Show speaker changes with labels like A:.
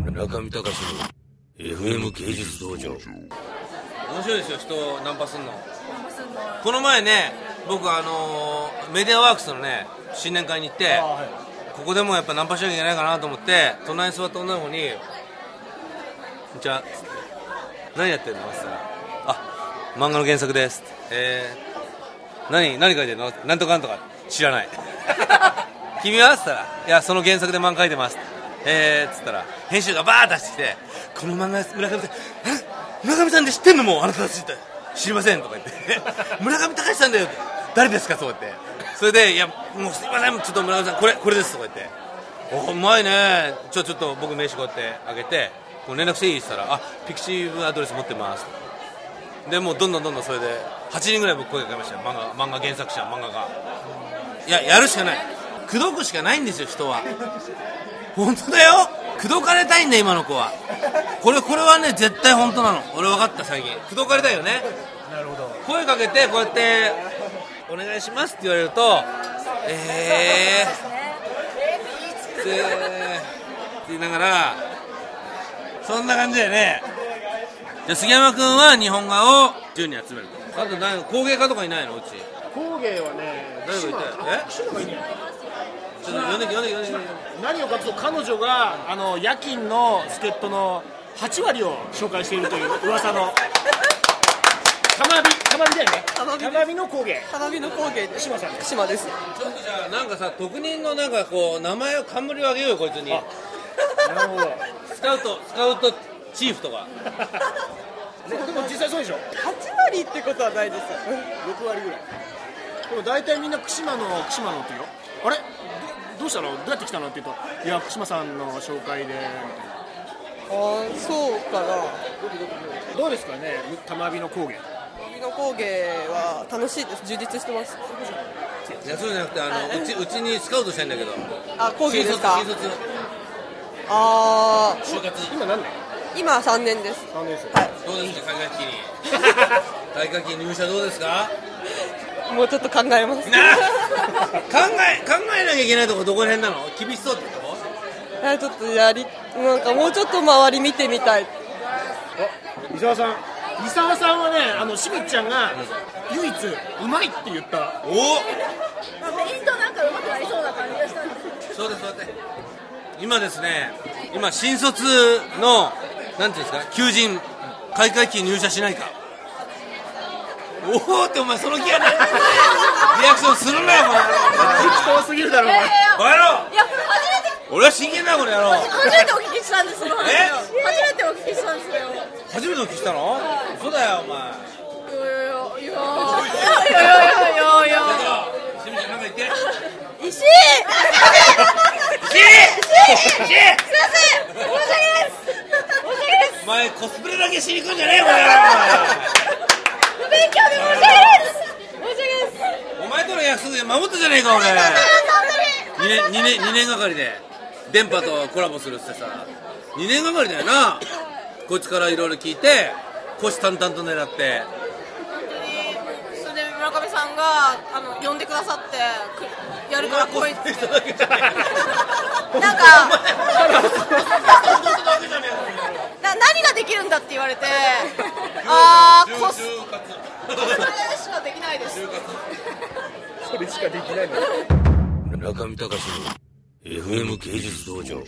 A: 村上隆の FM 芸術道場面
B: 白いですよ人をナンパすんのこの前ね僕あのーメディアワークスのね新年会に行って、ここでもやっぱナンパしなきゃいけないかなと思って隣に座った女の子に「じゃあ何やってんの?」って言ったら「あ漫画の原作です」ってえー何何書いてんの?」なんとかなんとか知らない君は?」っつったら「いやその原作で漫画書いてます」えー、っつったら編集がバーッ出してきて「この漫画村上さんえ村上さんで知ってんのもうあなたたち」って知りませんとか言って「村上隆さんだよ」って「誰ですか?」とか言ってそれで「いやもうすいませんちょっと村上さんこれこれです」とか言って「おうまいねちょちょっと僕名刺こうやってあげてこう連絡していい?」って言ったら「あピクシーアドレス持ってます」でもうどんどんどんどんそれで8人ぐらい僕声かけましたよ漫画漫画原作者漫画家いややるしかない口説くしかないんですよ人は本当だよ口説かれたいんだ今の子はこれこれはね絶対本当なの俺分かった最近口説かれたいよね声かけてこうやって「お願いします」って言われると「ええー」えーって言いながらそんな感じだよねじゃあ杉山君は日本画を10人集めるあと何工芸家とかいないのうち
C: 工芸はね、
B: 誰がいたよえ
C: 島島がいいんじゃない
B: ちょっと読んで読んで読んで読んで
C: 何を隠そう彼女があの夜勤の助っ人の8割を紹介しているという 噂のたまびたまびだよね
D: たまび
C: たまびの工芸
D: 花火の工芸で
C: 島さんです
D: 島です
B: ちょっとじゃあなんかさ特任のなんかこう名前を冠をあげようよこいつに
C: あなるほど
B: スカウトスカウトチーフとか
C: でもでも実際そうでしょ
D: 8割ってことはないです
C: 6割ぐらいでも大体みんな串間の串間のって言うよあれどどうしたのどうやって来たのって言うといや串間さんの紹介でみたい
D: ああそうかな
C: などうですかねたまびの工芸
D: 花火の工芸は楽しいです充実してます
B: いやそうじゃなくてあ
D: あ
B: のうちうちにスカウトしたいんだけど
D: あ工芸
B: 新
D: です
B: 卒
D: か
B: 新卒
D: ああ
B: 就活
C: 今何年
D: 今3年です
C: 3年生
B: どうですか大学期 に大学期入社どうです か
D: もうちょっと考えます
B: なあ 考え考えなきゃいけないとこどこら辺なの厳しそうってとこ
D: あちょっとやりなんかもうちょっと周り見てみたい
C: 伊沢さん伊沢さんはねあのしみちゃんが唯一うまいって言った
B: お
E: なんかインドなんか上手くなりそうな感じがしたんです
B: おそうですそうです今ですね今新卒のなんていうんですか求人開会期入社しないかおおってお前その気やないリアクションするなよこの
C: 適当すぎるだろ
E: いやいや
B: バカ野郎
E: いやこれ初めて
B: 俺は真剣だよこの野郎
E: 初めてお聞きしたんですその話
B: え
E: を初めてお聞きしたんですよ
B: 初めての聞いたの嘘だよお前
E: いやいやいやいやいやいやいやいや
B: すみちゃんなんか言って
E: 石井石井石井すいません申し訳ないです申し訳ないです
B: お前コスプレだけしに行くんじゃねえよ
E: 不勉強で申し訳ないです申し訳ないです
B: お前お前との約束で守ったじゃねえか俺2年二年二年がかりで電波とコラボするってさ2年がかりだよなこっちからいろいろ聞いて虎視眈々と狙って
F: それで村上さんがあの呼んでくださってくやるから来いって
B: ただけじゃね
F: なんか
B: えか
F: な 何ができるんだって言われてああコス
B: 就活
F: プレしかできないです
C: それしかできないの
A: 村上隆の FM 芸術道場